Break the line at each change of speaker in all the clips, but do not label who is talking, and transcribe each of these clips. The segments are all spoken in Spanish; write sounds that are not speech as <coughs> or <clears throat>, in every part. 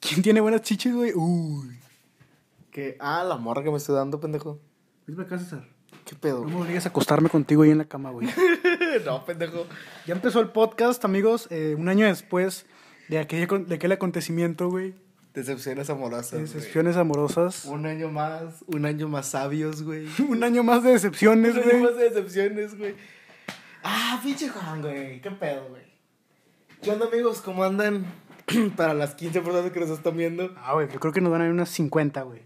¿Quién tiene buenas chichis, güey? Uy.
Que, ah, la morra que me estoy dando, pendejo.
Hazme acá, César.
¿Qué pedo?
No me obligues a acostarme contigo ahí en la cama, güey.
<laughs> no, pendejo.
<laughs> Ya empezó el podcast, amigos, eh, un año después de aquel, acon- de aquel acontecimiento, güey.
Decepciones amorosas.
de
güey.
Decepciones amorosas.
Un año más, un año más sabios, <laughs> güey.
<laughs> Un año más de decepciones,
un año
güey.
más de decepciones, güey. Ah, pinche Juan, güey. ¿Qué pedo, güey? ¿Qué onda, amigos? ¿Cómo andan? <clears throat> Para las 15 personas que nos están viendo.
Ah, güey, yo creo que nos van a ir unas 50, güey.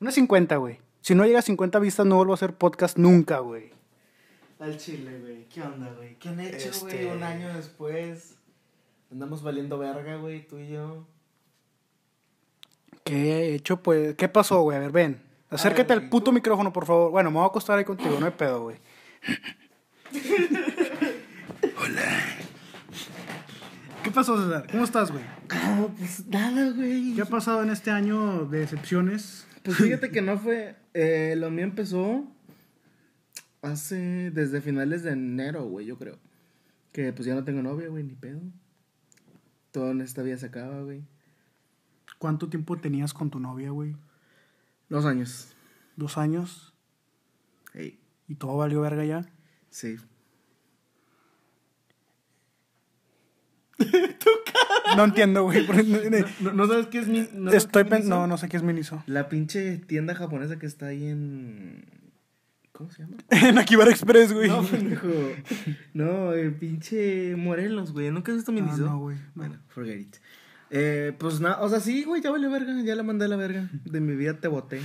Unas 50, güey. Si no llega a 50 vistas, no vuelvo a hacer podcast nunca, güey.
Al chile, güey. ¿Qué onda, güey? ¿Qué han hecho, güey?
Este-
Un año después. Andamos valiendo verga, güey, tú y yo.
¿Qué he hecho, pues? ¿Qué pasó, güey? A ver, ven. Acércate
A ver,
al puto micrófono, por favor. Bueno, me voy a acostar ahí contigo, no hay pedo, <laughs> güey. Hola. ¿Qué pasó, César? ¿Cómo estás, güey?
Ah, pues nada, güey.
¿Qué ha pasado en este año de decepciones?
Pues fíjate que no fue. Eh, lo mío empezó hace. desde finales de enero, güey, yo creo. Que pues ya no tengo novia, güey, ni pedo. Todo en esta vida se acaba, güey.
¿Cuánto tiempo tenías con tu novia, güey?
Dos años.
¿Dos años?
Ey,
¿Y todo valió verga ya?
sí.
No entiendo, güey. porque no-
No, sabes qué es mi. No
Estoy pensando... No, no sé qué es Miniso.
La pinche tienda japonesa que está ahí en. ¿Cómo se llama?
<laughs> en Akibar Express, güey. Ah,
No, pendejo. No, el pinche Morelos, güey. ¿Nunca has visto mi
Ah,
Miniso?
no, güey, no.
Bueno, forget it. Eh, pues nada, o sea, sí, güey, ya valió verga. Ya la mandé a la verga. De mi vida te boté.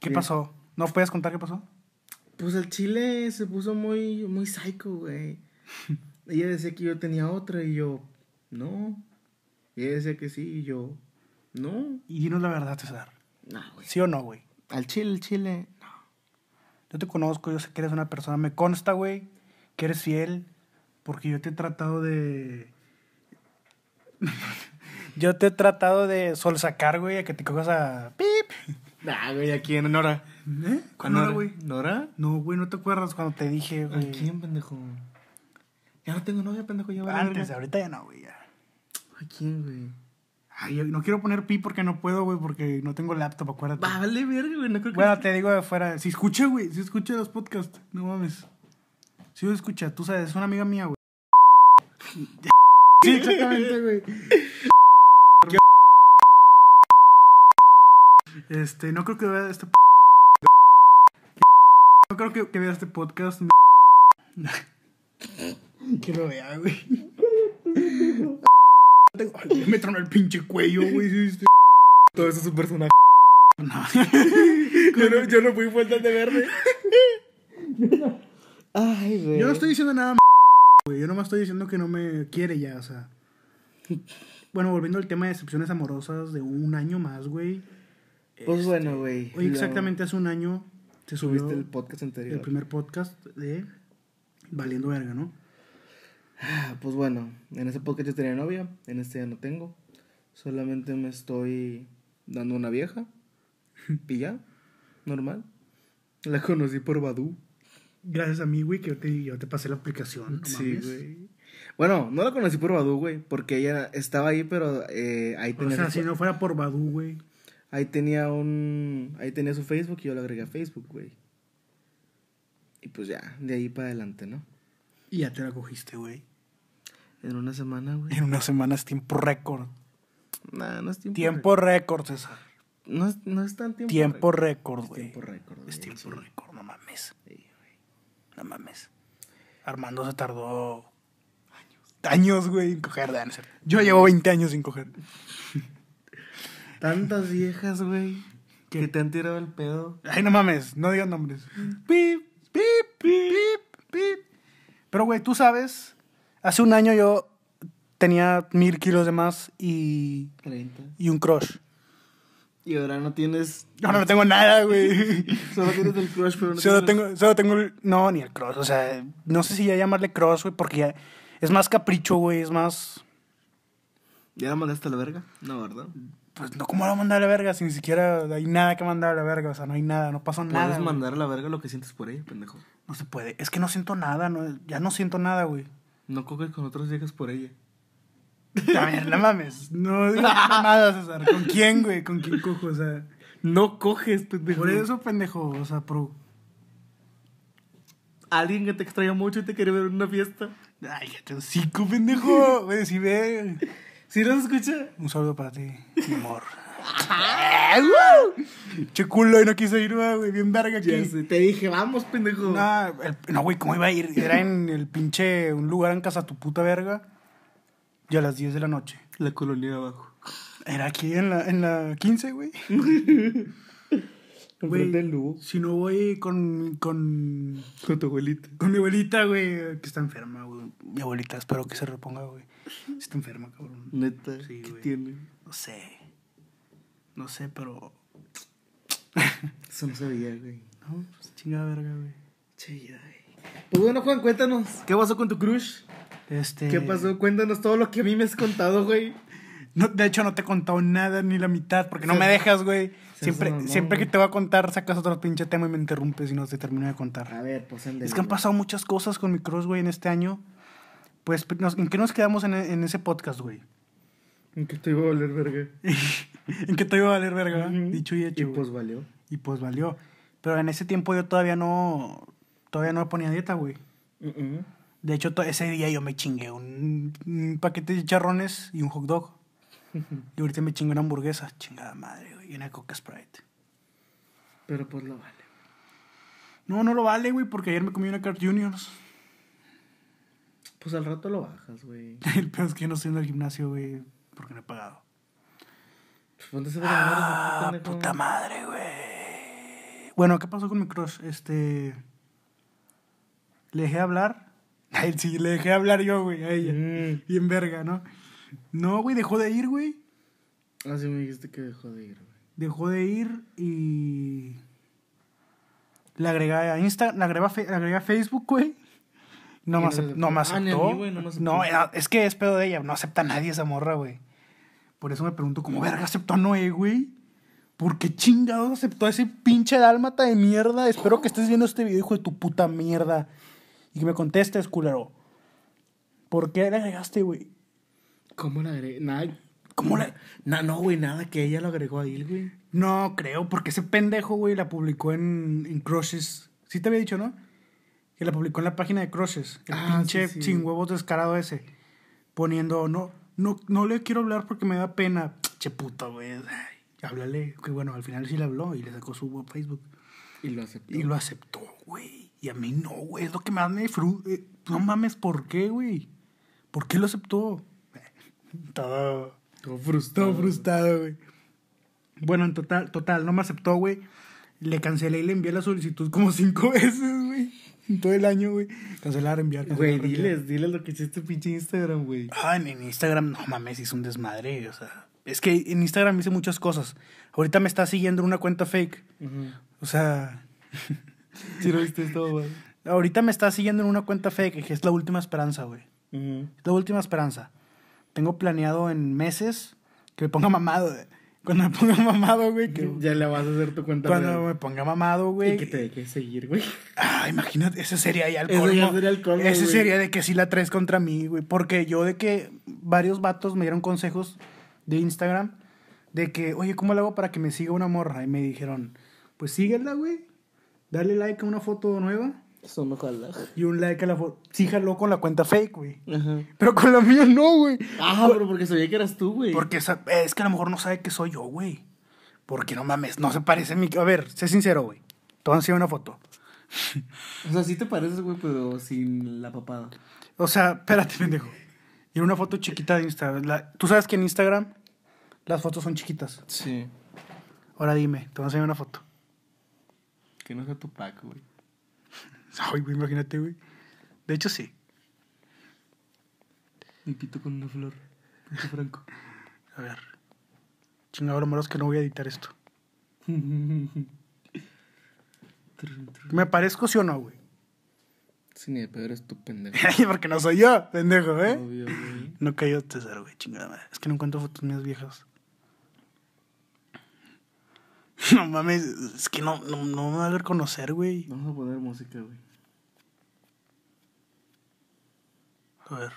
¿Qué pasó? ¿No puedes contar qué pasó?
Pues el chile se puso muy, muy psycho, güey. Ella decía que yo tenía otra y yo, no. Y ella decía que sí y yo, no.
Y dinos la verdad, César.
No, güey.
¿Sí o no, güey?
Al chile, al chile. No.
Yo te conozco, yo sé que eres una persona, me consta, güey, que eres fiel, porque yo te he tratado de... <laughs> yo te he tratado de solsacar, güey, a que te cojas a...
¿Eh?
¡Pip! Ah,
Nah, güey, aquí en Nora.
¿Eh?
¿Nora?
No, güey, no te acuerdas cuando te dije,
¿A
güey.
quién, pendejo? Ya no tengo novia, pendejo. Ya vale
Antes,
verga.
ahorita ya no, güey, ya.
¿A quién, güey?
Ay, yo no quiero poner pi porque no puedo, güey, porque no tengo laptop, acuérdate.
Vale, verga, güey. No creo que. <laughs>
Bueno, te digo de afuera, si escucha, güey, si escucha los podcasts, no mames. Si lo escucha, tú sabes, es una amiga
<laughs>
mía, güey. Sí, exactamente, güey. Este, no creo que vea este p- No creo que, que vea este podcast. <laughs> Que lo vea, <laughs> güey. Ay, Me tronó el pinche cuello, güey. sí, este-
todo eso es un personaje.
No.
<laughs> yo, no, yo no fui vuelta de verde. Ay, güey.
Yo no estoy diciendo nada, m- güey. Yo nomás estoy diciendo que no me quiere ya, o sea. Bueno, volviendo al tema de decepciones amorosas de un año más, güey.
Pues bueno, güey.
Hoy
lo-
exactamente hace un año se subió
Tuviste el
el,
podcast anterior.
primer podcast de Valiendo Verga, ¿no?
Ah, Pues bueno, en ese podcast yo tenía novia, en este ya no tengo. Solamente me estoy dando una vieja. Y ya, normal. La conocí por Badu.
Gracias a mí, güey, que yo te, yo te pasé la aplicación. no
Sí,
mames.
güey. Bueno, no la conocí por Badu, güey, porque ella estaba ahí, pero eh, ahí
O
tenía
sea,
su-
si no fuera por Badu, güey.
ahí tenía un ahí tenía su Facebook y yo lo agregué a Facebook, güey. Y pues ya, de ahí para adelante, ¿no?
Y ya te la cogiste, güey.
En una semana, güey.
<laughs> En unas semanas, tiempo récord.
Nah, no es tiempo.
Tiempo récord, César.
récord. No es, no es tan tiempo.
Tiempo récord,
récord. Es
güey.
tiempo récord. güey,
Es tiempo
sí.
récord, no mames.
Sí, güey.
No mames. Armando se tardó años, güey, en coger dancer. Yo llevo 20 años sin coger.
Tantas viejas, güey,
<laughs> ¿Qué?
que te han tirado el pedo.
Ay, no mames, no digas nombres. Pip, Mm. pip, pip, pip. Pero, güey, tú sabes, hace un año yo tenía mil kilos de más y,
30.
y un crush.
Y ahora no tienes.
No, no tengo nada, <laughs> güey.
<laughs> Solo tienes el crush, pero no
Solo
tienes-
tengo, solo tengo el- No, ni el cross. O sea, no sé si ya llamarle cross, güey, porque ya es más capricho, güey, es más.
¿Ya la mandaste a la verga? No, ¿verdad?
Pues no, ¿cómo lo mandar a la verga? Si ni siquiera hay nada que mandar a la verga. O sea, no hay nada, no pasó nada.
Puedes
güey.
mandar a la verga lo que sientes por ella, pendejo.
No se puede. Es que no siento nada, no, ya no siento nada, güey.
No coges con otras viejas por ella.
A ver, no mames. No digas nada, César. ¿Con quién, güey? ¿Con quién cojo? O sea,
No coges, pendejo.
por eso, pendejo. O sea, pro.
Alguien que te extraña mucho y te quiere ver en una fiesta.
Ay, ya te hocico, pendejo. Güey, si ve.
¿Sí los escucha?
Un saludo para ti, mi amor. Eh, che culo, y no quise ir, güey. Bien verga
Ya
aquí.
sé, te dije, vamos, pendejo.
Nah, el- no, güey, ¿cómo iba a ir? Era en el pinche. Un lugar en casa tu puta verga. Y a las 10 de la noche.
La colonia de abajo.
Era aquí en la, en la 15, güey.
Enfrente del
Güey,
Lugo.
si no voy con, con,
Con tu abuelita.
con mi abuelita, güey, que está enferma, güey. Mi abuelita, espero que se reponga, güey. Sí Está enferma, cabrón.
Neta,
Sí,
¿qué
güey.
tiene?
No sé. No sé, pero.
Eso no sabía, güey.
No, pues, chingada verga, güey.
Che, ay. Pues bueno, Juan, cuéntanos. Eh. ¿Qué pasó con tu crush?
Este.
¿Qué pasó? Cuéntanos todo lo que a mí me has contado, güey.
No, de hecho, no te he contado nada ni la mitad, porque no me dejas, güey.
se
Siempre,
mamó,
siempre que
güey.
te voy a contar, sacas otro pinche tema y me interrumpes y no te termino de contar.
A ver, pues ándale.
Es que han
güey.
pasado muchas cosas con mi crush, güey, en este año. Pues, nos- ¿en qué nos quedamos en, en ese podcast, güey? <laughs>
¿En qué te iba a valer, verga?
en que te iba a valer verga,
Ujú.
dicho y hecho.
Y
güey.
pues valió.
valió. Pero en ese tiempo yo todavía no todavía no me ponía dieta, güey.
Mm, mm.
De hecho, to- ese día yo me chingué un, un paquete de chicharrones y un hot dog. Y ahorita me chingué una hamburguesa, chingada madre, güey, y una Coca Sprite.
<laughs> Pero pues lo vale.
No, no lo vale, güey, porque ayer me comí una Carl Juniors. <laughs>
Pues al rato lo bajas, güey.
El peor es que yo no estoy en el gimnasio, güey, porque no he pagado.
Pues ponte ese
Ah,
verga,
puta madre, güey. Bueno, ¿qué pasó con mi crush? Este. Le dejé hablar. <laughs> Ay, sí, le dejé hablar yo, güey, a ella.
Mm.
Bien verga, ¿no? No, güey, dejó de ir, güey.
Así Ah, me dijiste que dejó de ir, güey.
Dejó de ir y. Le agregué a Insta, le agregué a, Fe- le agregué a Facebook, güey. No
Y
me,
no le
acep- no me
aceptó. Ah, ni a
aceptó.
mí, güey, no me aceptó.
No, era- es que es pedo de ella. No acepta a nadie esa morra, güey. Por eso me pregunto, ¿cómo verga aceptó a Noé, güey? ¿Por qué chingados aceptó a ese pinche dálmata de mierda? Espero que estés viendo este video, hijo de tu puta mierda. Y que me contestes, culero. ¿Por qué le agregaste, güey?
¿Cómo le agregó? Nada.
¿Cómo le.?
Na- no, güey, nada que ella lo agregó a él, güey.
No creo, porque ese pendejo, güey, la publicó en, en Crushes. Sí te había dicho, ¿no? Que la publicó en la página de Crushes. El
Ah,
pinche
sí, sí.
sin huevos descarado ese. Poniendo, no, no, no le quiero hablar porque me da pena. Che puta, güey. Ay, Háblale. Que bueno, al final sí le habló y le sacó su Facebook.
Y lo aceptó.
Y lo aceptó, güey. Y a mí no, güey. Es lo que más me fruta. No mames, ¿por qué, güey? ¿Por qué lo aceptó? <laughs> Todo.
Todo
Todo
frustrado.
frustrado, güey. Bueno, en total, total, no me aceptó, güey. Le cancelé y le envié la solicitud como cinco <laughs> veces, güey. En todo el año, güey. Cancelar, enviar, cancelar.
Güey,
enviar.
diles, diles lo que hiciste pinche Instagram, güey.
Ah, en, en Instagram, no mames, hice un desmadre, o sea. Es que en Instagram hice muchas cosas. Ahorita me está siguiendo una cuenta fake. O sea,
Si lo viste todo, güey.
ahorita me está siguiendo en una cuenta fake, que es la última esperanza, güey. Es la última esperanza. Tengo planeado en meses que me ponga mamado. güey. Cuando me ponga mamado, güey, que...
Ya le vas a hacer tu cuenta.
Cuando
real.
me ponga mamado, güey.
Y que te deje seguir, güey.
Ah, imagínate, ese sería ya el
Eso ya
colmo.
sería el colmo,
Ese
güey.
sería de que sí la traes contra mí, güey. Porque yo de que varios vatos me dieron consejos de Instagram de que, oye, ¿cómo le hago para que me siga una morra? Y me dijeron, pues síguela, güey. Dale like a una foto nueva
Eso no jala.
y un like a la foto. Síjalo con la cuenta fake, güey.
Ajá.
Pero con la mía no, güey.
Ah, pero porque sabía que eras tú, güey.
Porque sa- es que a lo mejor no sabe que soy yo, güey. Porque no mames, no se parece a mí. A ver, sé sincero, güey. Te han sido una foto.
O sea, sí te pareces, güey, pero sin la papada.
O sea, espérate, pendejo. Y era una foto chiquita de Instagram. La- Tú sabes que en Instagram las fotos son chiquitas.
Sí.
Ahora dime, te voy a enseñar una foto.
Que no sea tu pack, güey.
Ay, güey, imagínate, güey. De hecho, sí.
Un pito con una flor. Pito franco.
A ver. Chingado, lo malo es que no voy a editar esto. ¿Me parezco sí o no, güey? <laughs>
Sí, ni de pedo eres tu pendejo.
Ay, Porque no soy yo, pendejo, ¿eh?
Obvio, güey.
No cayó César, güey, chingada madre. Es que no encuentro fotos mías viejas. <laughs> No mames, es que no, no, no me va a reconocer, güey.
Vamos a poner música, güey.
A ver.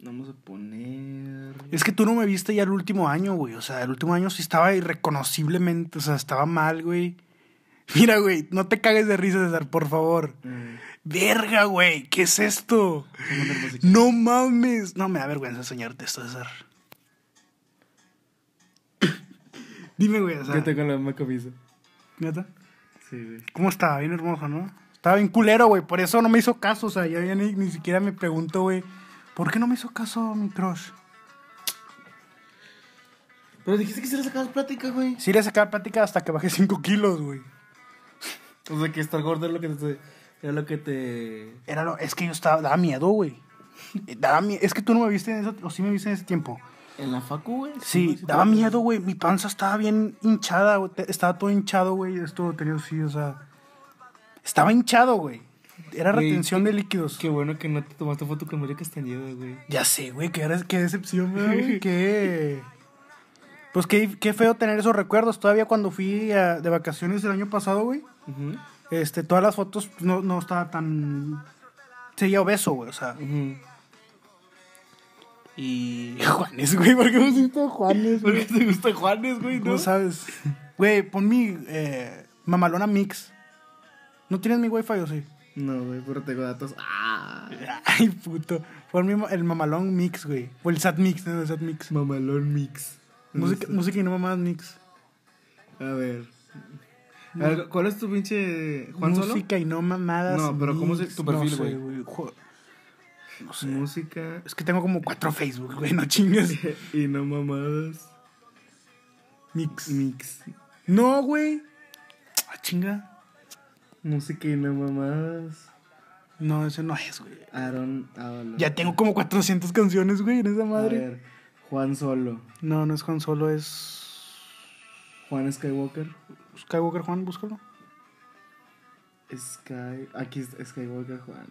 Vamos a poner.
Es que tú no me viste ya el último año, güey. O sea, el último año sí estaba irreconociblemente, o sea, estaba mal, güey. <laughs> Mira, güey, no te cagues de risa, César, por favor.
Mm,
Verga, güey, ¿qué es esto?
vamos a poner música.
No mames. No me da vergüenza soñarte esto, César. <coughs> Dime, güey, o sea,
<laughs> Yo tengo la misma camisa.
¿neta?
Sí, güey.
¿Cómo estaba? Bien hermoso, ¿no? Estaba bien culero, güey. Por eso no me hizo caso. O sea, ya, ya ni, ni siquiera me pregunto, güey, ¿por qué no me hizo caso mi crush?
Pero dijiste que se le sacabas plática, güey.
Sí le sacaba plática hasta que bajé 5 kilos, güey.
O sea, que estar gordo es lo que te. Era lo que te.
Era lo, es que yo estaba, daba miedo, güey. <laughs> Daba mie- es que tú no me viste en eso, o sí me viste en ese tiempo.
En la facu, güey.
Sí, daba miedo, güey. Mi panza estaba bien hinchada, güey. Te- Estaba todo hinchado, güey. Esto tenía así, o sea. Estaba hinchado, güey. Era
Güey,
retención de líquidos.
Qué bueno que no te tomaste foto con Mario Castañeda, güey.
Ya sé, güey, qué, des- qué decepción, ¿verdad, <laughs> güey. Qué. Pues qué, qué feo tener esos recuerdos. Todavía cuando fui a- de vacaciones el año pasado, güey.
Ujú.
Este, todas las fotos no, no estaba tan. Seguía obeso, güey, o sea.
<laughs> Ujú.
Y. Juanes, güey, ¿por qué me siento Juanes,
¿Por qué te gusta Juanes, güey?
No
¿No?
sabes. Güey, pon mi eh, mamalona mix. ¿No tienes mi wifi o sí?
No, güey, pero tengo datos. ¡Ah!
Ay, puto. Pon mi ma- el mamalón mix, güey. O el sat mix, no, el sat mix.
Mamalón Mix.
Música, música y no mamadas mix.
A ver. A ver, ¿Cuál es tu pinche. Juan Solo?
música y no mamadas.
No, pero ¿cómo se-
mix.
tu perfil,
No sé,
güey?
Ju- No sé.
Música <laughs>
Es que tengo como cuatro Facebook, güey, no chingues.
y no mamadas.
Mix.
Mix.
No, güey. Ah, chinga.
Música y no mamadas.
No, ese no es, güey.
Aaron Ábalos.
Ya tengo como 400 canciones, güey, en esa
A
madre.
ver, Juan Solo.
No, no es Juan Solo, es.
Juan Skywalker.
Skywalker Juan, búscalo.
Sky. Aquí es Skywalker Juan.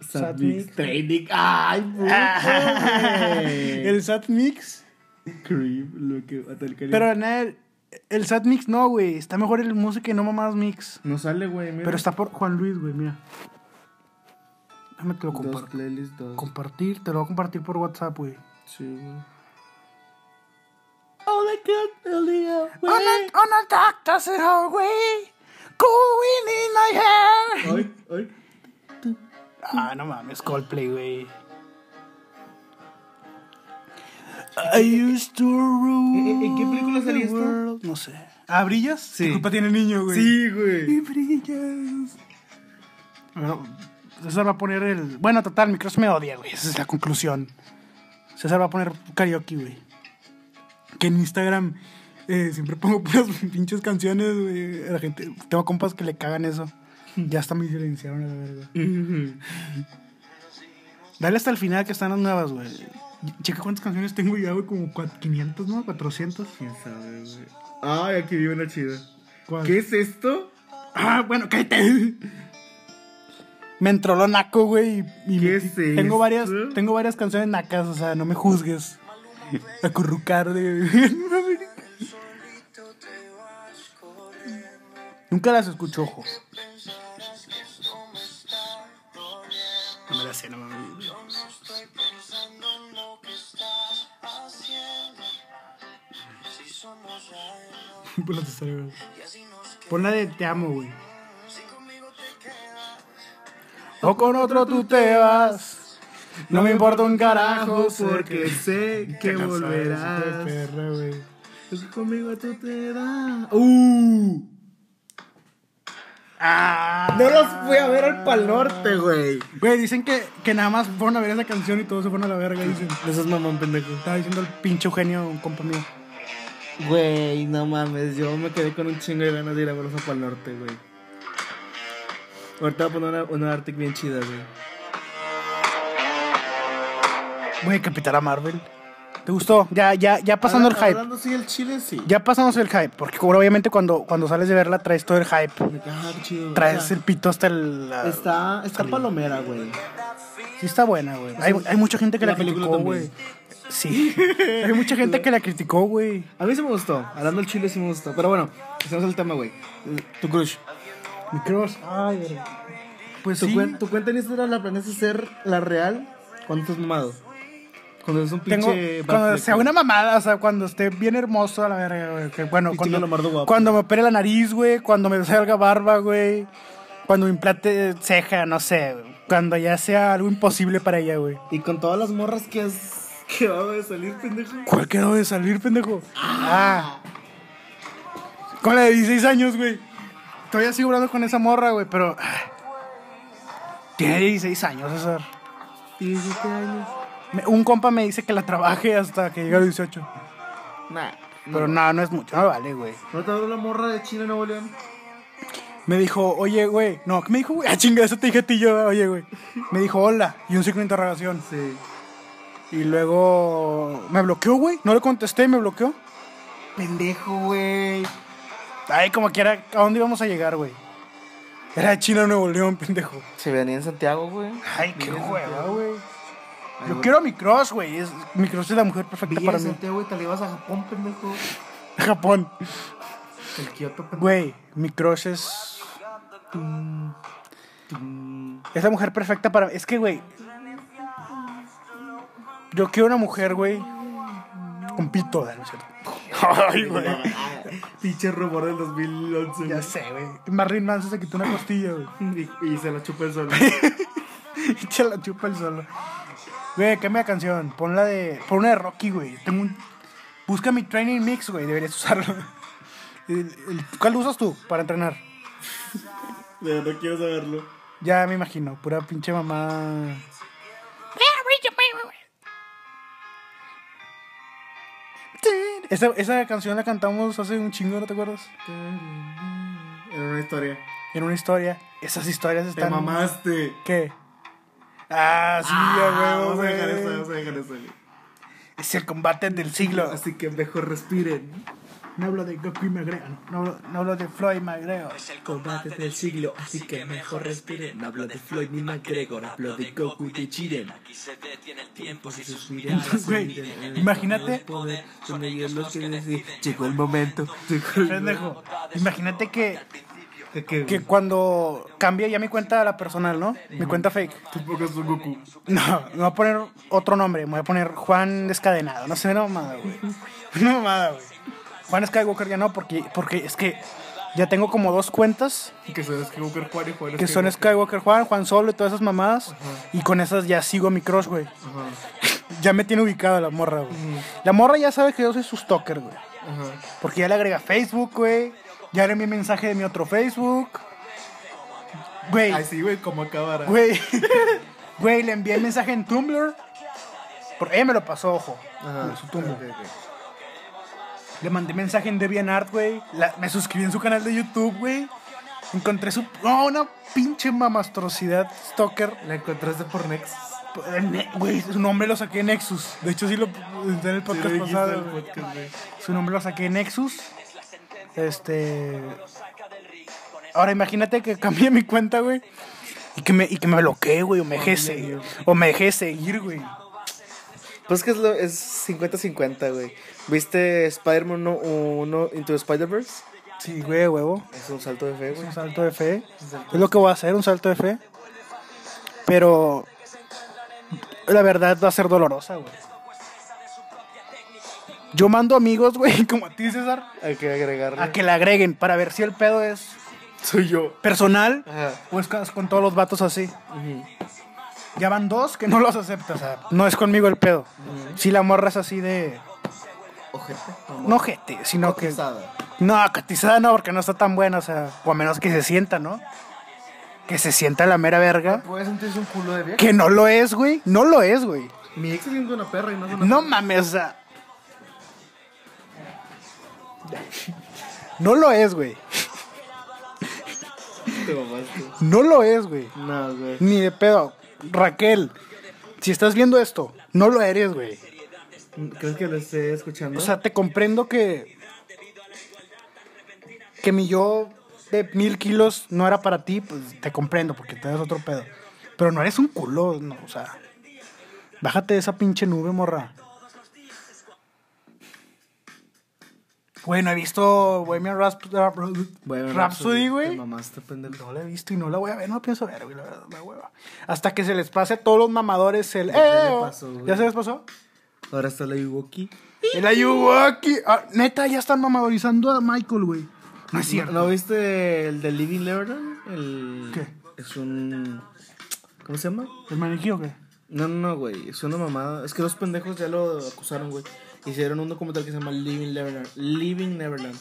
Sad Mix.
Sadmix Training. ¡Ay,
<laughs>
puto! Eh.
el Sat Mix.
Creep, lo que hasta el cariño.
Pero en el, el Sat Mix no, güey. Está mejor el música y no mamás mix.
No sale, güey, mira.
Pero está por Juan Luis, güey, mira. Déjame te lo
Dos
comparto.
playlists, dos.
Compartir, te lo voy a compartir por WhatsApp, güey.
Sí, güey.
Oh On a, on a doctor's hallway, going "Oh, in my hair.
Ay, ay.
Ah, no mames, Coldplay, güey. I used to rule
¿En- en- en qué película
the
salía esto?
world. No sé. ¿Ah, brillas?
Sí.
¿Qué culpa tiene el niño, güey?
Sí, güey.
Y brillas. Bueno, César va a poner el... Bueno, total, mi crush me odia, güey. Esa es la conclusión. César va a poner karaoke, güey. Que en Instagram eh, siempre pongo puras <laughs> pinches canciones, güey. La gente... Tengo compas que le cagan eso. Ya hasta me silenciaron, a la verdad. Dale hasta el final que están las nuevas, güey. Checa cuántas canciones tengo ya, güey, como cuat- 500, ¿no? 400.
¿Quién sabe, güey? Ay, aquí vi una chida.
¿Cuál?
¿Qué es esto?
Ah, bueno, cállate. Me entró lo naco, güey. Y, y
¿Qué
metí-
es
tengo
esto?
varias, tengo varias canciones nacas, o sea, no me <laughs> juzgues. Acurrucar de. <laughs> Nunca las escucho, ojo. No me las sé, no mames. <laughs> Pon la de Star Wars. Pon la de Te amo, güey. O con otro tú te vas. No me importa un carajo porque
sé
que volverás.
Conmigo tú te das.
Uh. Ah.
No los fui a ver al Pal Norte, güey.
Güey, dicen que, que nada más fueron a ver esa canción y todos se fueron a la verga. Dicen.
Eso es mamón, pendejo.
Estaba diciendo el pinche Eugenio, un compa mío.
Güey, no mames. Yo me quedé con un chingo de ganas de ir a verlos a Pal Norte, güey. Ahorita voy a poner una, una Arctic bien chida, güey.
Güey, Capitana Marvel. ¿Te gustó? Ya, ya, ya pasando el
Habla-
hype.
Hablando sí el chile, sí.
Ya pasamos el hype. Porque obviamente cuando, cuando sales de verla traes todo el hype.
Me caga, qué chido. güey. O
Traes
sea,
el pito hasta el. la-
Está, está palomera, güey.
Sí está buena, güey. Hay, hay mucha gente que la,
La película
criticó, güey.
también.
Sí. hay mucha gente que la criticó, güey.
A mí sí me gustó. Hablando el chile sí me gustó. Pero bueno, estamos al tema, güey. Tu crush.
Mi crush. Ay, güey. Pues
Tu,
sí.
cuen- tu cuenta en Instagram la planeas hacer la real cuando estás mamado.
Cuando es un
Tengo,
pinche.
cuando
Batfleck,
sea
güey.
una mamada, o sea, cuando esté bien hermoso, a la verga, güey. Que, bueno,
Pinche Calamardo
cuando,
guapo.
cuando me opere la nariz, güey. Cuando me salga barba, güey. Cuando me implante ceja, no sé. Cuando ya sea algo imposible para ella, güey.
Y con todas las morras que has quedado de salir, pendejo.
¿Cuál quedó de salir, pendejo? Ah. Con la de 16 años, güey. Todavía sigo hablando con esa morra, güey, pero. ah, Tiene 16 años, César.
17 años.
Me- Un compa me dice que la trabaje hasta que llegue a los 18.
Nah.
Pero no, no es mucho, no vale, güey.
¿No te habló la morra de China Nuevo León?
Me dijo, oye, güey. No, ¿qué me dijo, güey? Ah, chinga, eso te dije a ti yo, oye, güey. Me dijo, hola, y un signo de interrogación.
Sí.
Y luego me bloqueó, güey. No le contesté, me bloqueó.
Pendejo, güey.
Ay, como quiera, ¿a dónde íbamos a llegar, güey? Era de China Nuevo León, pendejo.
Se venía en Santiago, güey.
Ay, qué hueva, güey.
Ay,
Yo
güey.
quiero a mi cross, güey. Es, mi cross es la mujer perfecta
Villa
para
de
mí.
Santiago, güey, te la ibas a Japón, pendejo.
Japón.
El Kioto, pendejo.
Güey, mi cross es.
Tum, tum.
Es la mujer perfecta para mí. Es que, güey. Yo quiero una mujer, güey. Con pito, ¿no es cierto? <laughs> Ay, güey.
Pinche rumor del 2011.
<laughs> Ya
güey.
sé, güey. Marlene Manson se quitó una costilla, güey. <laughs>
<laughs> Y, y se la chupé
<laughs>
el sol.
Y se la chupa el solo. Güey, cambia la canción. Pon la de. Pon una de Rocky, güey. Tengo un. Busca mi training mix, güey. Deberías usarlo. <laughs> El- el- ¿Cuál usas tú para entrenar?
Pero no quiero saberlo.
Ya me imagino, pura pinche mamá. Esa, esa canción la cantamos hace un chingo, ¿no te acuerdas?
Era una historia.
En una historia. Esas historias
Te
están.
mamaste.
¿Qué? Ah, sí,
Ah,
a huevo,
vamos a dejar eso,
güey.
vamos a dejar eso. güey.
Es el combate del siglo.
Así que mejor respiren.
No hablo de Goku y Magreo, no, no, hablo- no hablo de Floyd y Magreo.
Combate del siglo, así que mejor respiren. No hablo de Floyd ni McGregor, hablo de Goku y de Jiren. Pues
Aquí se detiene el tiempo si sus miradas se
Güey,
miden en el
imagínate-
torneo de poder, son ellos los que deciden.
Llegó el momento.
Pendejo. Imagínate que,
Que
que cuando cambie ya mi cuenta a la personal, ¿no? Mi cuenta fake.
tú pongas un Goku.
No, me voy a poner otro nombre. Me voy a poner Juan Descadenado. No sé, una mamada, güey. Una mamada, güey. Juan Skywalker ya no, porque, porque es que ya tengo como dos cuentas
Que sabes que Goku Juan y Juan
que son Skywalker Juan, Juan Solo y todas esas mamadas. Y con esas ya sigo a mi crush, güey.
Ajá,
Ya me tiene ubicada la morra, güey. La morra ya sabe que yo soy su stalker, güey.
ajá.
Porque ya le agrega Facebook, güey. Ya le mi mensaje de mi otro Facebook. Güey,
Así, güey, como acabara.
güey. <laughs> Güey, le envié mensaje en Tumblr. Porque ella me lo pasó, ojo.
Ajá.
por su Tumblr. Le mandé mensaje en DeviantArt, güey. La- Me suscribí en su canal de YouTube, güey. Encontré su. No, una pinche mamastrocidad stalker.
La encontraste por Nex.
Ne- Güey, su nombre lo saqué en Nexus. De hecho, sí lo puse en el
Sí, lo
podcast
dijiste en
pasado.
el
güey.
podcast, güey.
Su nombre lo saqué en Nexus. Este. Ahora imagínate que cambié mi cuenta, güey. Y que me, y que me bloquee, güey. O me deje se- o me deje seguir, güey.
Pues que es lo- es 50-50, güey. ¿Viste Spider-Man 1, Into the Spider-Verse?
Sí, güey, huevo.
Es un salto de fe, güey.
Un salto de fe. Es lo que voy a hacer, un salto de fe. Pero. La verdad va a ser dolorosa, güey. Yo mando amigos, güey, <laughs> como a ti, César,
Hay que agregarle.
a que la agreguen para ver si el pedo es
Soy yo.
personal
Ajá.
o es con- con todos los vatos así. Ya van dos que no los aceptas. no es conmigo el pedo. Si la morra es así de.
Ojete.
No gente, sino que.
Cotizada.
No, catizada no, porque no está tan buena, o sea. O a menos que se sienta, ¿no? Que se sienta la mera verga.
Puedes sentirse un culo de vieja.
Que no lo es, güey. No lo es, güey.
Mi ex es una perra y no es una
No mames, o sea. No lo es, güey.
Te mamaste.
No lo es, güey.
No, güey.
Ni de pedo. Raquel, si estás viendo esto, no lo eres, güey.
¿Crees que lo esté escuchando?
O sea, te comprendo que. Que mi yo de mil kilos no era para ti, pues te comprendo, porque te das otro pedo. Pero no eres un culo, no, o sea. Bájate de esa pinche nube, morra. Güey, no he visto Bohemian Rasp- Rap-
Bueno,
Rhapsody,
Te
güey.
mamaste, pendejo.
No la he visto y no la voy a ver, no la pienso ver, güey, la verdad, la hueva. Hasta que se les pase a todos los mamadores el. ¡Eh!
le pasó, güey.
¿Ya se les pasó?
Ahora está la Yuwoki.
El Ayuwoki. Ah, neta, ya están mamadorizando a Michael, güey. No es cierto.
¿No viste el de Living Lebanon? El...
¿Qué?
Es un... ¿Cómo se llama?
¿El maniquí o qué?
No, no, no, güey. Es una mamada. Es que los pendejos ya lo acusaron, güey. Hicieron un documental que se llama Living Neverland. Living Neverland.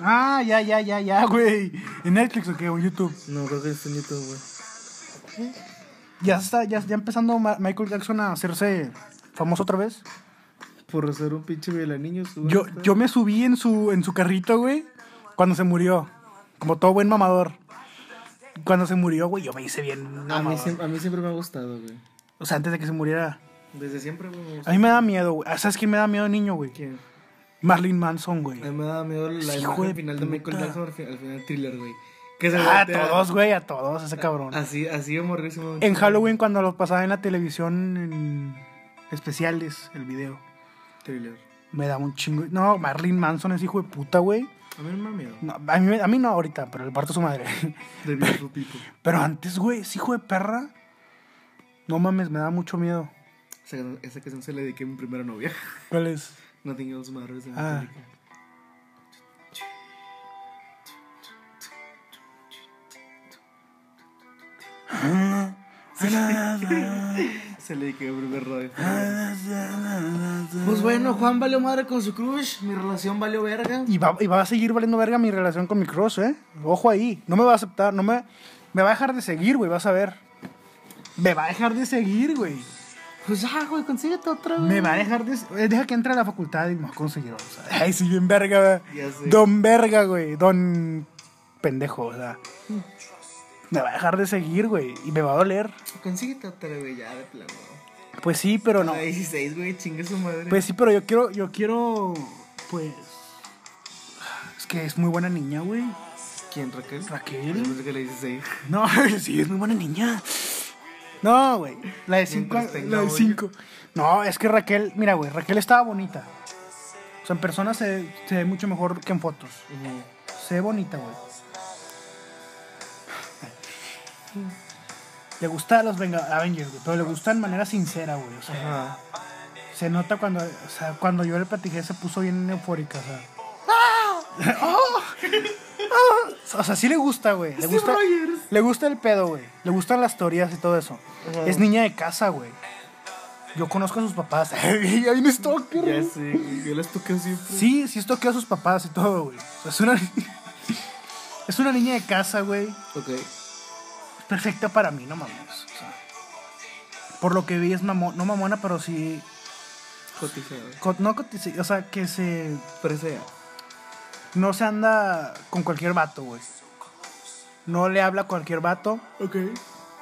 Ah, ya, ya, ya, ya, güey. ¿En Netflix o qué? ¿O en YouTube?
No, creo que es en YouTube, güey.
Ya está, ya, ya empezando Ma- Michael Jackson a hacerse famoso otra vez.
Por ser un pinche violaniños, güey.
Yo, yo me subí en su, en su carrito, güey, cuando se murió. Como todo buen mamador. Cuando se murió, güey, yo me hice bien.
A mí,
mamador.
siem- a mí siempre me ha gustado, güey.
O sea, antes de que se muriera.
Desde siempre, güey, me
A
gusta.
mí me da miedo, güey. Ah, ¿Sabes quién me da miedo, niño, güey?
¿Quién?
Marlene Manson, güey.
A mí me da miedo la
Hijo
imagen
de
final de Michael
puta.
Jackson al fi- al final thriller, güey. Que se
Ah, a
voltea.
todos, güey, a todos, ese cabrón.
Así, así de morrísimo.
En Halloween, cuando lo pasaba en la televisión, en especiales, el video.
Thriller.
Me da un chingo. No, Marlene Manson es hijo de puta, güey.
A mí
<laughs>
no me da miedo.
No, a, mí, a mí no ahorita, pero el parto su madre. <laughs>
De Beautiful People.
Pero antes, güey, es hijo de perra. No mames, me da mucho miedo.
Esa, can- esa canción se le dediqué a mi primera novia. <laughs>
¿Cuál es?
Nothing else matters. de
Ah. <laughs>
<laughs> Metallica. Se le dediqué a mi primer novia.
Ah.
Pues bueno, Juan valió madre con su crush. Mi relación valió verga.
Y va, y va a seguir valiendo verga mi relación con mi cross, ¿eh? Ojo ahí. No me va a aceptar, no me... Me va a dejar de seguir, güey, vas a ver. Me va a dejar de seguir, güey.
Pues ya, güey, consíguete otro.
Me va a dejar de... eh, Deja que entre a la facultad y me va a conseguir. o sea, <laughs> Ay, sí, bien verga,
Ya
güey.
sé.
Don verga, güey. Don pendejo, o sea. Me va a dejar de seguir, güey. Y me va a doler.
Consíguete otro, güey, ya de plano.
Pues sí, pero no.
La 16, güey, chingue su madre.
Pues sí, pero yo quiero, yo quiero, pues... Es que es muy buena niña, güey.
¿quién, Raquel?
Raquel.
Yo pensé que la 16.
No, <laughs> sí, es muy buena niña. No, güey. La de 5.
Mientras tenga
La de
hoyo.
cinco. No, es que Raquel, mira, güey, Raquel estaba bonita. O sea, en persona se, se ve mucho mejor que en fotos. Se ve bonita, güey. Le gusta a los Venga- Avengers, güey, pero le gusta de manera sincera, güey. O sea,
Ajá.
se nota cuando, o sea, cuando yo le platiqué se puso bien eufórica, o sea. <laughs> ¡Ah! ¡Ah! O sea, sí le gusta, güey. Le
Steve
gusta,
Rogers.
le gusta el pedo, güey. Le gustan las teorías y todo eso.
Ajá.
Es niña de casa, güey. Yo conozco a sus papás. <laughs> Hay un stalker.
Ya
güey.
sé, güey, yo las toqué siempre.
Sí, sí estoqueó a sus papás y todo, güey. O sea, es una, <laughs> es una niña de casa, güey.
Ok.
Perfecta para mí, no mames. O sea, por lo que vi es mamona, no mamona, pero sí...
Cotizado.
co- No cotice- o sea, que se
Presea.
no se anda con cualquier vato, güey. No le habla a cualquier vato.
Ok.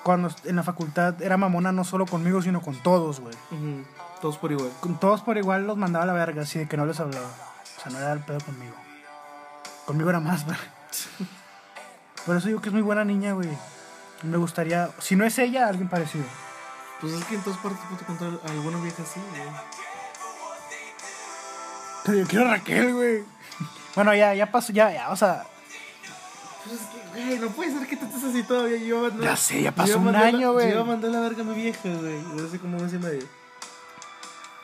Cuando est- en la facultad era mamona no solo conmigo, sino con todos, güey.
Ujú, Todos por igual.
Con todos por igual los mandaba a la verga, así de que no les hablaba. O sea, no era el pedo conmigo. Conmigo era más, <laughs> güey. Por eso digo que es muy buena niña, güey. Me gustaría, si no es ella, alguien parecido.
Pues es que en todas partes puedo encontrar alguna vieja así, güey.
Pero yo quiero a Raquel, güey. <laughs> Bueno, ya, ya pasó, ya, ya, o sea,
Pues es que, güey, no puede ser que tú estés así todavía. Yo iba a mandar-
Ya sé, ya
yo
pasó
iba a
un
mandar la-
año, güey.
Yo iba a mandar la verga a mi vieja, güey. No sé cómo mes y medio.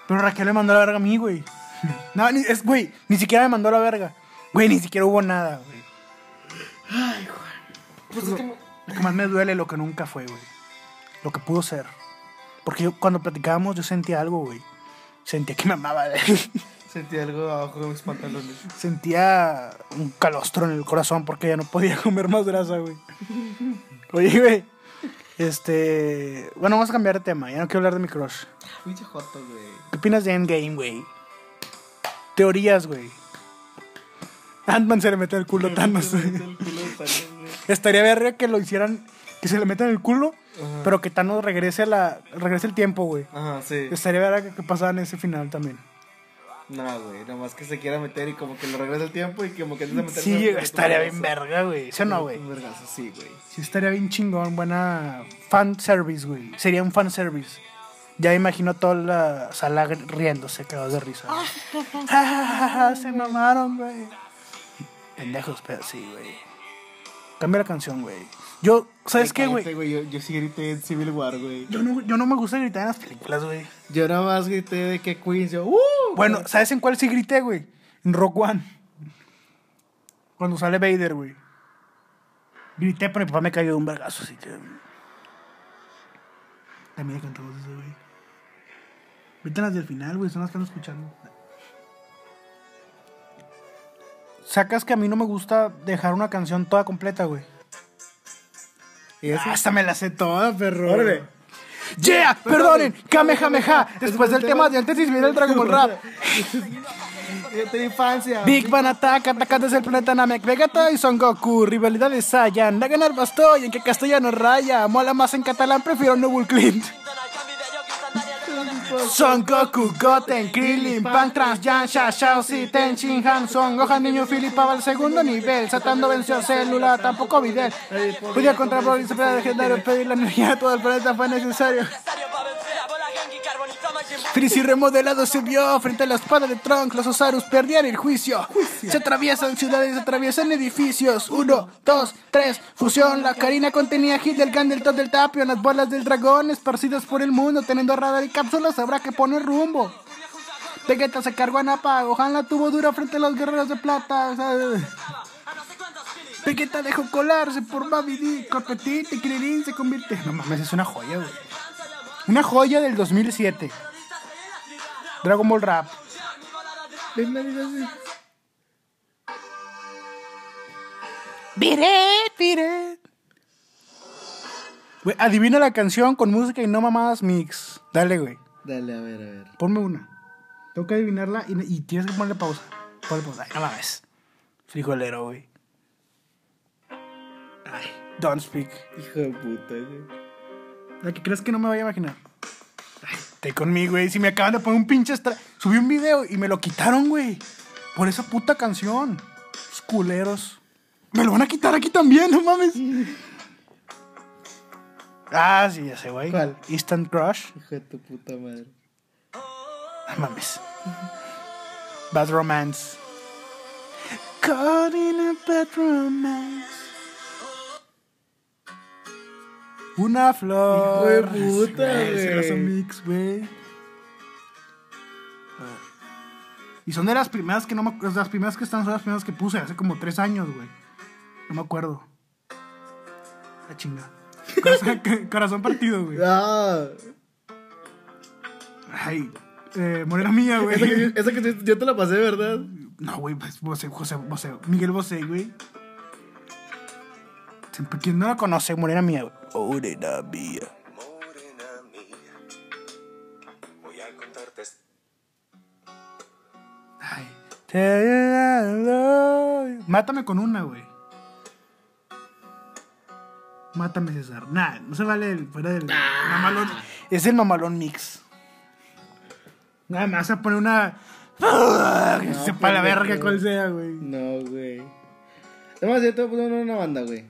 Pero Raquel me mandó a la verga a mí, güey. No, ni, es, güey, ni siquiera me mandó a la verga. Güey, ni siquiera hubo nada, güey.
Pues es que. me-
Lo que más me duele lo que nunca fue, güey. Lo que pudo ser. Porque yo, cuando platicábamos, yo sentía algo, güey. Sentía que me amaba, güey. <laughs>
Sentí algo abajo de mis pantalones.
Sentía un calostro en el corazón porque ya no podía comer más grasa, güey. Oye, güey. Este. Bueno, vamos a cambiar de tema. Ya no quiero hablar de mi crush.
Pinche joto, güey.
¿Qué opinas de Endgame, güey? Teorías, güey. Ant-Man se le mete el culo a <laughs> Thanos.
Me <laughs> metió el culo de Thanos, güey.
Estaría verga que lo hicieran, que se le meta en el culo,
Ajá.
pero que Thanos regrese a la regrese el tiempo, güey.
Ajá, sí.
Estaría verga que, que pasara en ese final también.
No, güey. Nomás que se quiera meter y como que lo regresa el tiempo y como que antes de meterse.
Sí,
le mete un
estaría bien
vergazo.
verga, güey. ¿Sí o no, güey?
Un vergazo, sí, güey.
Sí, estaría bien chingón, buena fan service, güey. Sería un fan service. Ya imagino toda la sala gr- riéndose, cagados de risa. <laughs> güey. Ja, ja, ja, ja, Se mamaron, güey. Pendejos, pero sí, güey. Cambia la canción, güey. Yo, ¿sabes qué,
Cállate,
güey?
Yo, yo sí grité en Civil War, güey.
Yo no, yo no me gusta gritar en las películas, güey.
Yo nada más grité de que Queens, yo, ¡uh!
Bueno, ¿sabes en cuál sí grité, güey? En Rock One. Cuando sale Vader, güey. Grité, pero mi papá me cayó de un vergazo, así que. mm. También cantamos eso, güey. Vete las del final, güey, son las que ando escuchando. Sacas que a mí no me gusta dejar una canción toda completa, güey.
Y eso.
Hasta me la sé toda, perro.
ah, Órale.
Yeah, perdonen, kamehameha. <laughs> Después del tema de antes y viene el Dragon Ball Rap.
<laughs> Yo tenía infancia.
Big Bang Attack, atacantes del planeta Namek, Vegeta y Son Goku, rivalidades Saiyan, la ganar Bastoy, en que castellano raya, mola más en catalán, prefiero Noble Clint. Son Goku, Goten, Krillin, Pan, Trans, Yan, Sha, Shaoxi, Ten, Shin, Han, Son, Gohan, Niño, Philip, al segundo nivel, Satando venció a Célula, tampoco Videl. Podía contra Broly, superar legendario, pedir la energía a todo el planeta fue necesario. Freezy remodelado se vio frente a la espada de Trunks. Los Osarus perdían el juicio. Se atraviesan ciudades, se atraviesan edificios. Uno, dos, tres, fusión. La Karina contenía Hit del Gan del Tot del Tapio. Las bolas del dragón esparcidas por el mundo. Teniendo radar y cápsulas, habrá que poner rumbo. Vegeta se cargó a Napa. Gohan la tuvo dura frente a los guerreros de plata. Vegeta dejó colarse por Baby D. Corpetit y Krillin se convierte. No mames, es una joya, güey. Una joya del 2007. Dragon Ball Rap. Piret, piret. Güey, adivina la canción con música y no mamadas mix. Dale, güey.
Dale, a ver, a ver.
Ponme una. Tengo que adivinarla y, y tienes que ponerle pausa. Ponle pausa. Ahí no la ves. Frijolero, güey. Ay, don't speak.
Hijo de puta, güey.
La que crees que no me voy a imaginar. Ay, te conmigo, güey. Si me acaban de poner un pinche extra. Subí un video y me lo quitaron, güey. Por esa puta canción. Los culeros. Me lo van a quitar aquí también, no mames. ah, sí, ya sé, güey.
¿Cuál?
Instant Crush.
Hijo de tu puta madre.
No mames. Bad Romance. Caught in a bad romance. Una flor.
Hijo de puta,
Sí, se
güey.
las mix, güey. Y son de las primeras que no me acuerdo. Las primeras que están son las primeras que puse hace como tres años, güey. No me acuerdo. La chinga. Corazón, <laughs> corazón partido, güey.
Ah,
Ay, eh, morena mía,
esa que,
güey.
esa que yo- yo te la pasé, ¿verdad?
No, güey, pues Bosé, José, Bosé, Miguel Bosé, güey. Siempre- ¿Quién no la conoce? Morena mía, güey. Morena mía.
Morena mía, voy a contarte esta
Ay. Te amo. Mátame con una, güey. Mátame, César. Nah, no se vale el, fuera del mamalón. Es el mamalón mix. Nada, me vas a poner una. <laughs> que sepa la
pendejo.
verga cuál sea, güey.
No, güey. Además, yo te voy a poner una banda, güey.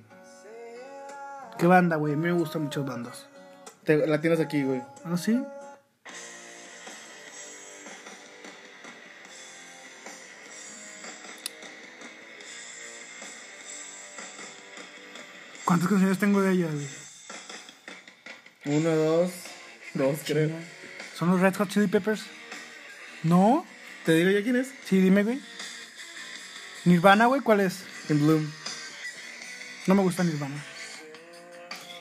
¿Qué banda, güey? A mí me gustan muchos bandos.
Te- la tienes aquí, güey.
¿Ah, sí? ¿Cuántas canciones tengo de ella, güey?
Uno, dos, dos, creo.
¿Son los Red Hot Chili Peppers? ¿No?
¿Te digo ya quién es?
Sí, dime, güey. ¿Nirvana, güey? ¿Cuál es?
En Bloom.
No me gusta Nirvana.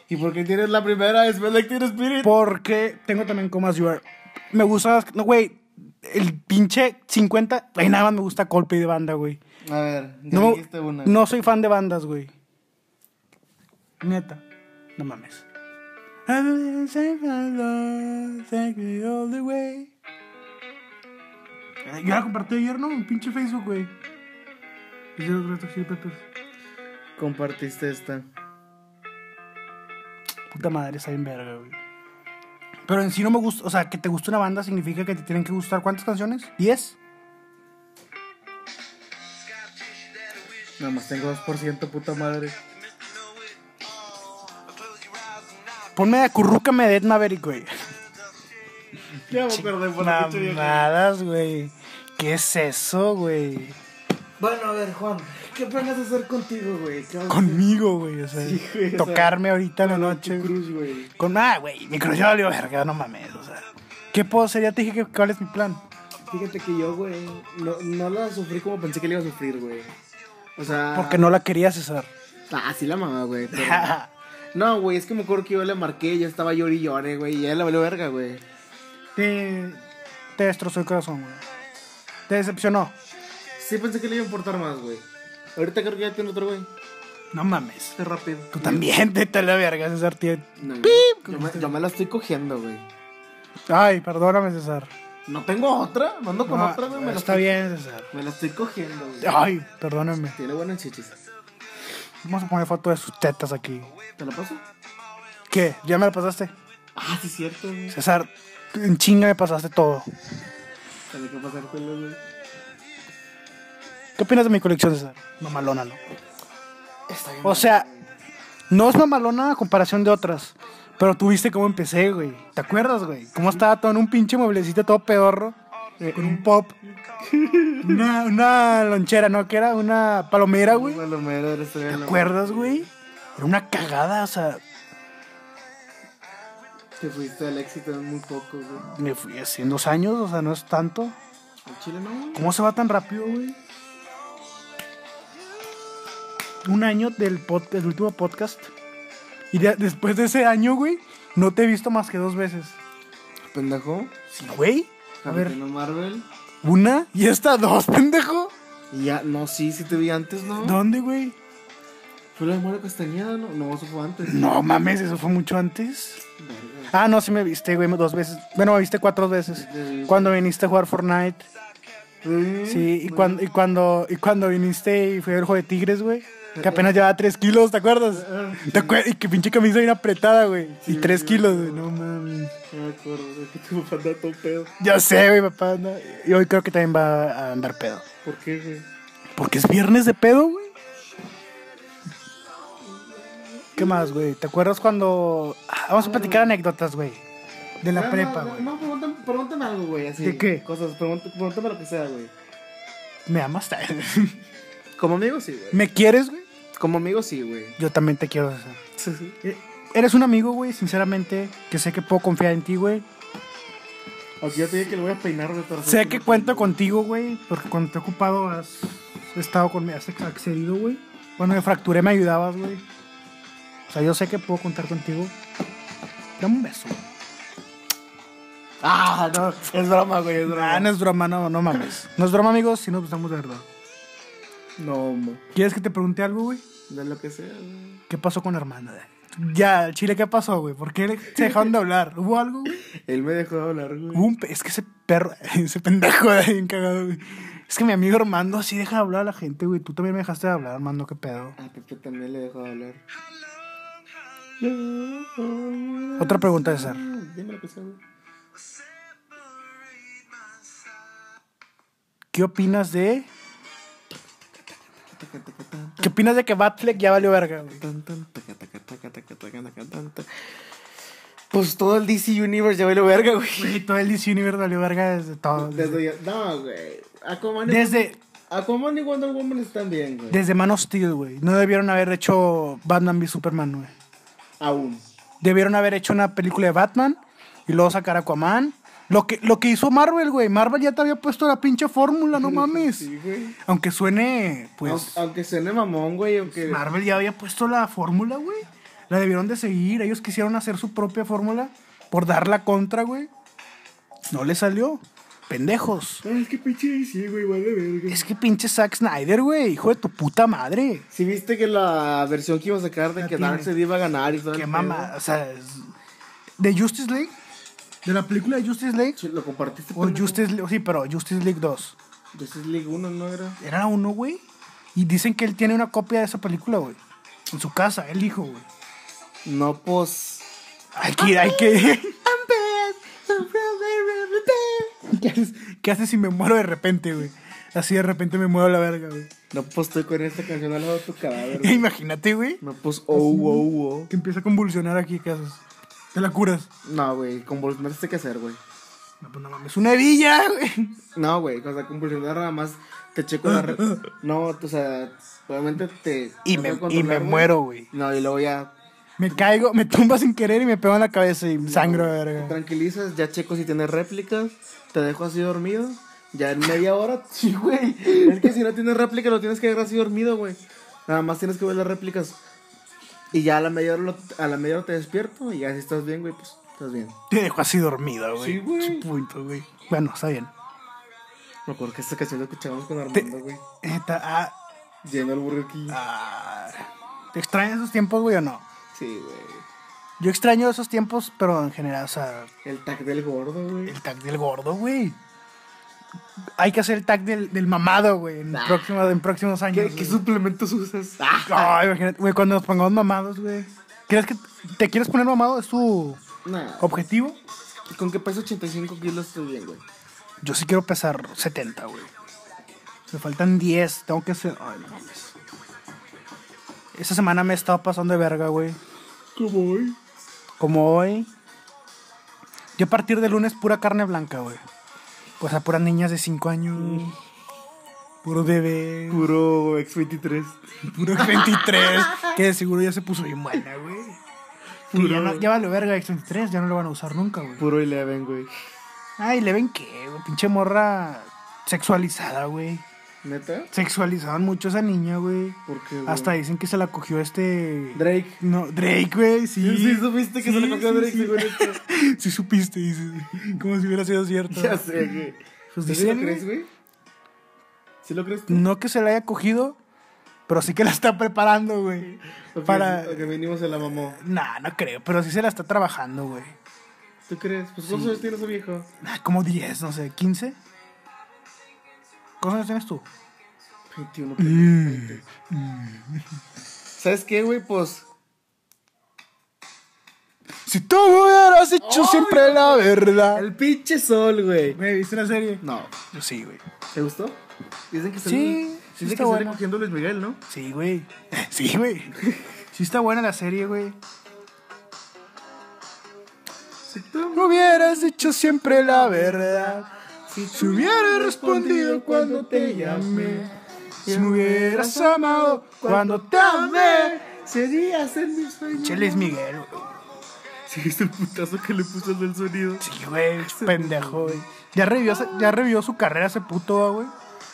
¿Y por qué tienes la primera después de Active Spirit?
Porque tengo también comas you Are. Me gusta, las- no, güey, el pinche 50. Ay, nada más me gusta Coldplay de banda, güey.
A ver, ya
No,
dijiste una.
no soy fan de bandas, güey. Neta. No mames. I believe in safe and love, take me all the way. Eh, Yo la compartí ayer, ¿no? En pinche Facebook, güey. Es de los Red Hot Chili Peppers.
Compartiste esta.
Puta madre, está bien verga, güey. Pero en sí no me gusta, o sea, que te guste una banda significa que te tienen que gustar ¿cuántas canciones? ¿10?
Nada más tengo 2%, puta madre.
Ponme de currúcame de Ed Maverick,
<laughs>
güey.
Ya me acordé por la pinche vieja.
Mamadas, güey. ¿Qué es eso, güey?
Bueno, a ver, Juan, ¿qué planeas hacer contigo, güey? ¿Qué vas a
Conmigo, güey. O sea,
Sí, güey, o sea,
tocarme ahorita en la
hacer
noche.
con tu cruz, güey?
Con nada, güey. Mi cruz ya valió verga, no mames. O sea, ¿qué puedo ser? Ya te dije que, cuál es mi plan.
Fíjate que yo, güey, no, no la sufrí como pensé que la iba a sufrir, güey. O sea...
Porque no la quería cesar.
Ah, sí la mamá, güey. Ah. pero- <laughs> No, güey, es que me acuerdo que yo le marqué, ya estaba llori y llore, güey, y ya le valió verga, güey.
<laughs> te, te destrozó el corazón, güey. Te decepcionó.
Sí pensé que le iba a importar más, güey. Ahorita creo que ya tiene otro, güey.
No mames.
Es rápido.
Tú también <laughs> te te la verga, César. tío.
No, güey. yo, me, yo me la estoy cogiendo, güey.
Ay, perdóname, César.
No tengo otra, no ando con
No,
otra, güey. Me la
está
estoy-
bien, César.
Me la estoy cogiendo, güey.
Ay, perdóname.
Tiene buenas chichis.
Vamos a poner foto de sus tetas aquí.
¿Te la paso?
¿Qué? ¿Ya me la pasaste?
Ah, sí, es cierto, güey.
César, en chinga me pasaste todo.
Tiene que pasar pelo, güey.
¿Qué opinas de mi colección, César? Mamalona, ¿no?
Está bien.
O sea, no es mamalona a comparación de otras. Pero tú viste cómo empecé, güey. ¿Te acuerdas, güey? Cómo estaba todo en un pinche mueblecito todo pedorro. eh, Con un
<laughs>
pop. Una, una lonchera, ¿no? Que era una palomera, güey.
Palomero, eres tú,
¿Te
güey.
acuerdas, güey? Era una cagada, o sea,
Te fuiste al éxito en muy poco, güey.
me fui hace en dos años, o sea, no es tanto.
Al chile no, güey.
¿Cómo se va tan rápido, güey? Un año del pod- del último podcast. Y ya después de ese año, güey, no te he visto más que dos veces.
Pendejo.
Sí, güey. A ver,
Capitana Marvel.
una y esta dos, <laughs> pendejo.
Y ya, no, sí, sí te vi antes, ¿no?
¿Dónde, güey?
Fue la de Mora Castañeda, ¿no? No, eso fue antes.
No mames, eso fue mucho antes.
Verga.
Ah, no, sí me viste, güey, dos veces. Bueno, me viste cuatro veces.
Sí.
Cuando viniste a jugar Fortnite. Sí, y
Bueno,
cuando, y cuando, y cuando viniste y fue el juego de Tigres, güey. Que apenas llevaba 3 kilos, ¿te acuerdas?
Eh, Ah, sí.
¿Te acuer- Y que pinche camisa bien apretada, güey. Y
Sí,
3
sí,
kilos,
sí.
güey. No mames.
No me acuerdo, güey, que tu papá anda todo pedo.
Ya sé, güey, papá. anda- Y hoy creo que también va a andar pedo.
¿Por qué, güey?
Porque es viernes de pedo, güey. ¿Qué más, güey? ¿Te acuerdas cuando. Ah, Vamos a platicar anécdotas, güey. De la
No, no,
prepa,
no,
güey.
No, pregúntame, pregúntame algo, güey, así.
¿De qué?
Cosas, pregúntame, pregúntame lo que sea, güey.
¿Me amas?
Como amigo, sí, güey.
<laughs> ¿Me Eh, quieres, güey?
Como amigo, sí,
<laughs>
güey.
Yo también te quiero, César. Eres un amigo, güey, sinceramente, que sé que puedo confiar en ti, güey.
Aunque ya te dije que lo voy a peinar de torcer.
Sé que cuento contigo, güey, porque cuando te he ocupado has estado conmigo, has accedido, güey. Cuando me fracturé me ayudabas, güey. O sea, yo sé que puedo contar contigo. Dame un beso.
Ah, no, es broma, güey, es
Ah, no es broma, no, no mames. No es broma, amigos, si nos gustamos de verdad.
No, güey.
¿Quieres que te pregunte algo, güey?
De lo que sea, güey.
¿Qué pasó con Armanda? Ya, Chile, ¿qué pasó, güey? ¿Por qué se dejaron de hablar? ¿Hubo algo, güey?
Él me dejó de hablar, güey.
Hubo un pe- es que ese perro, <laughs> ese pendejo de ahí bien cagado, güey. Es que mi amigo Armando así deja de hablar a la gente, güey. Tú también me dejaste de hablar, Armando, qué pedo.
A Ah, Pepe también le dejó de hablar.
Otra pregunta, César.
Dime lo que sea, güey.
¿Qué opinas de. ¿Qué opinas de que Batfleck ya valió verga, güey?
Tan, tan, taca, taca, taca, taca, taca, taca, tan, tan. Pues todo el DC Universe ya valió verga, güey.
Güey, todo el DC Universe valió verga desde todo. Desde,
Desde ya- No, güey. Aquaman, y-
desde,
Aquaman y Wonder Woman están bien, güey.
desde Man of Steel, güey. No debieron haber hecho Batman v Superman, güey.
Aún.
Debieron haber hecho una película de Batman y luego sacar Aquaman. Lo que, lo que hizo Marvel, güey. Marvel ya te había puesto la pinche fórmula, no mames.
Sí, güey.
Aunque suene, pues.
Aunque, aunque suene mamón, güey. Aunque...
Marvel ya había puesto la fórmula, güey. La debieron de seguir. Ellos quisieron hacer su propia fórmula por dar la contra, güey. No le salió. Pendejos.
Ay, qué pinche DC, güey. Vale verga.
Es que pinche Zack Snyder, güey. Hijo de tu puta madre.
Si viste que la versión que iba a sacar de
La
que
tiene.
Darkseid iba a ganar y todo el
Qué
pedo.
mamá. O sea, es- de Justice League. De la película de Justice League.
Che, Lo compartiste
O
pendejo?
Justice League. Sí, pero Justice League 2.
Justice League 1, ¿no era?
Era la uno, güey. Y dicen que él tiene una copia de esa película, güey. En su casa, él dijo, güey.
No, pues.
Hay que ir, hay que <laughs> ir.
I'm bad, I'm really, really bad.
¿Qué haces, qué haces si me muero de repente, güey? Así de repente me muero a la verga, güey. <laughs>
No, pues estoy con esta canción al lado de tu cadáver. güey.
Imagínate, güey.
No, pues, oh, oh, oh.
Que empieza a convulsionar aquí, ¿qué haces? Te la curas.
No, güey, con Bolsonaro sé qué hacer, güey.
No, pues no mames, una hebilla, güey.
No, güey, o sea, compulsionar nada más te checo la... re-
<laughs>
No, o sea, obviamente te...
Y
te
me-
voy a
y me
controlar,
muero, güey.
No, y luego ya...
Me caigo, me tumba sin querer y me pego en la cabeza y sangro,
Te
verga.
tranquilizas, ya checo si tienes réplicas, te dejo así dormido, ya en media hora... <laughs> Sí, güey, es que si no tienes réplica lo tienes que dejar así dormido, güey. Nada más tienes que ver las réplicas. Y ya a la media hora, lo- a la media hora te despierto y ya si estás bien, güey, pues estás bien.
Te dejo así dormido, güey.
Sí, güey.
Su Punto, güey. Bueno, está bien.
Me acuerdo que esta canción la escuchábamos con
Te,
Armando, güey.
Neta, ah,
Yendo al Burger King.
ah. ¿Te extrañas esos tiempos, güey, o no?
Sí, güey.
Yo extraño esos tiempos, pero en general, o sea,
El tag del gordo, güey.
el tag del gordo, güey. Hay que hacer el tag del, del mamado, güey, en, próximo- en próximos años.
¿Qué,
güey.
qué suplementos usas? Ah,
Ay, imagínate, güey, cuando nos pongamos mamados, güey. ¿Crees que te quieres poner mamado? ¿Es tu
Nah.
objetivo?
¿Con qué peso 85 kilos estoy bien, güey?
Yo sí quiero pesar 70, güey. Me faltan 10, tengo que hacer... Ay, no mames. Esta semana me he estado pasando de verga, güey.
¿Cómo hoy?
Como hoy. Yo a partir de lunes pura carne blanca, güey. O sea, puras niñas de 5 años. Puro bebé.
Puro X23.
Puro
<laughs>
23. que de seguro ya se puso bien buena, güey. Y Ya, no, ya vale verga X23, ya no lo van a usar nunca, güey.
Puro Eleven, güey.
Ay, le ven que, güey. Pinche morra sexualizada, güey.
¿Neta?
Sexualizaban mucho a esa niña, güey.
¿Por qué, güey?
Hasta dicen que se la cogió este.
Drake.
No, Drake, güey, sí.
Sí, supiste que se
Sí,
lo cogió
sí,
Drake,
sí.
según esto.
Sí supiste, dices. Como si hubiera sido cierto.
<laughs> Ya sé, güey.
Pues
¿Sí
dicen,
lo crees, güey? ¿Sí lo crees tú?
No que se la haya cogido, pero sí que la está preparando, güey.
Ok,
Para.
ok, mínimo se la mamó.
Nah, no creo, pero sí se la está trabajando, güey.
¿Tú crees? Pues ¿cuántos años tiene ese viejo?
Nah, como 10, no sé, 15. ¿Cuántos años tienes tú?
21.
Mm.
pendejo. Mm. ¿Sabes qué, güey? Pues...
Si tú me hubieras hecho siempre la verdad.
El pinche sol, güey.
Güey, ¿viste la serie?
No.
Yo sí, güey.
¿Te gustó? Dicen que
Sí,
sale-
sí
Dicen
está
que sale
buena.
cogiendo a Luis Miguel, ¿no?
Sí, güey. <laughs> Sí, güey. Sí está buena la serie, güey.
Si tú
Me hubieras dicho siempre la verdad. Si
me
hubieras respondido cuando te llamé. Si me hubieras amado cuando te amé.
serías el mis sueños.
Chelis Miguel, güey.
Sí, viste el putazo que le puso al del sonido.
Sí, güey, <laughs> pendejo, güey. Ya revivió, ya revivió su carrera ese puto, ah, güey.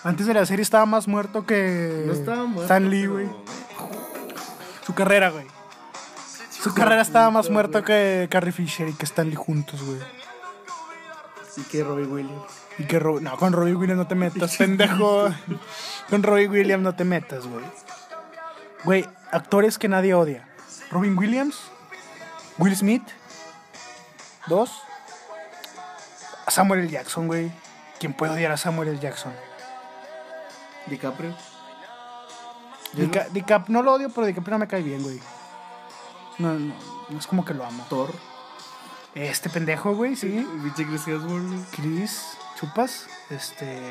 Antes de la serie estaba más muerto que
No estaba muerto.
Stan Lee,
pero-
güey. Su carrera, güey. Su carrera estaba más muerta que Carrie Fisher y que Stan Lee juntos, güey.
Y que Robbie Williams.
Y que Ro- No, con Robbie Williams no te metas, pendejo. con Robbie Williams no te metas, güey. Güey, actores que nadie odia. Robin Williams, Will Smith, dos. Samuel L. Jackson, güey. ¿Quién puede odiar a Samuel L. Jackson?
DiCaprio. Yo
Dica- Dicap, no lo odio, pero DiCaprio no me cae bien, güey. No, no, no es como que lo amo.
Thor.
Este pendejo, güey, sí.
Pinche Chris Hemsworth.
Chris, chupas. Este.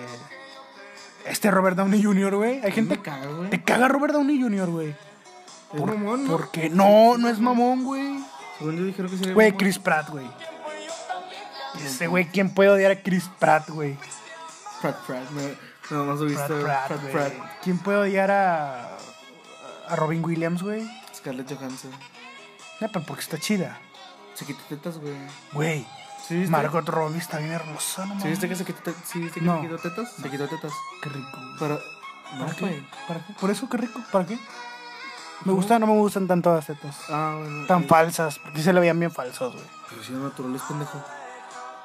Este Robert Downey Jr., güey. Hay gente
Me caga, güey.
Te caga Robert Downey Jr., güey.
Es mamón, ¿no?
Porque no, no es mamón, güey.
Según yo dijeron que sería
Güey,
mamón.
Chris Pratt, güey. Ese güey, ¿quién puede odiar a Chris Pratt, güey?
Pratt Pratt. me- Nada más he visto
Pratt, Pratt,
Pratt
güey.
Pratt.
¿Quién puede odiar a, a Robin Williams, güey?
Scarlett Johansson.
No, pero porque está chida.
Se quitó tetas, güey.
Güey,
¿Sí viste?
Margot Robbie está bien hermosa, no
¿Sí
mames.
viste que se quitó, te- sí viste que
No.
se quitó tetas? Se quitó tetas.
Qué rico, güey.
Pero. No,
¿Para qué?
güey.
¿Para qué? Por eso, qué rico. ¿Para qué? Me gustan o no me gustan tanto las tetas.
Ah, bueno.
Tan
eh,
falsas, porque se le veían bien falsos, güey.
Pero si eran naturales, pendejo.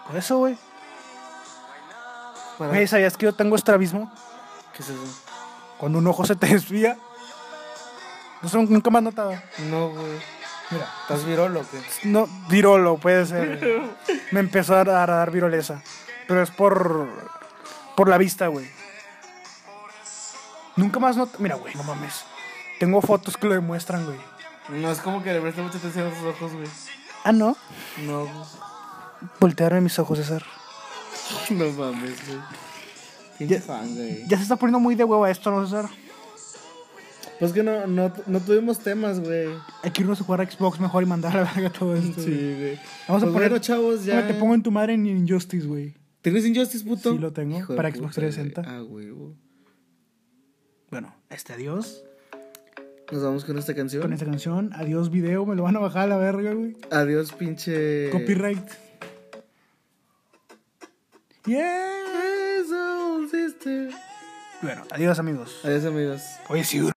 Por eso, güey.
Para-
Güey, ¿sabías que yo tengo estrabismo?
¿Qué es eso?
Cuando un ojo se te desvía. No sé, nunca me has notado.
No, güey.
Mira.
¿Estás virolo o qué?
No, virolo, puede ser. güey. Me empezó a dar, a dar viroleza. Pero es por. por la vista, güey. Nunca más notado. Mira, güey, no mames. Tengo fotos que lo demuestran, güey.
No, es como que le presta mucha atención a sus ojos, güey.
Ah, no.
No, güey. <laughs>
Voltearme mis ojos, César.
No mames, güey. Pinche fan, güey.
Ya se está poniendo muy de hueva esto, ¿no, César?
Pues que no, no, no tuvimos temas, güey.
Hay que irnos a jugar a Xbox mejor y mandar a la verga todo esto.
Sí,
güey.
güey.
Vamos a
Pues
poner.
bueno, chavos, ya.
Te pongo en tu madre en Injustice, güey.
¿Tienes Injustice, puto?
Sí, lo tengo,
de
para Xbox 360.
güey. Ah, güey. güey.
Bueno, este adiós.
Nos vamos con esta canción.
Con esta canción. Adiós, video. Me lo van a bajar a la verga, güey.
Adiós, pinche.
Copyright. Yeah.
Yes, old sister.
Bueno, adiós, amigos.
Adiós, amigos.
Oye, sí,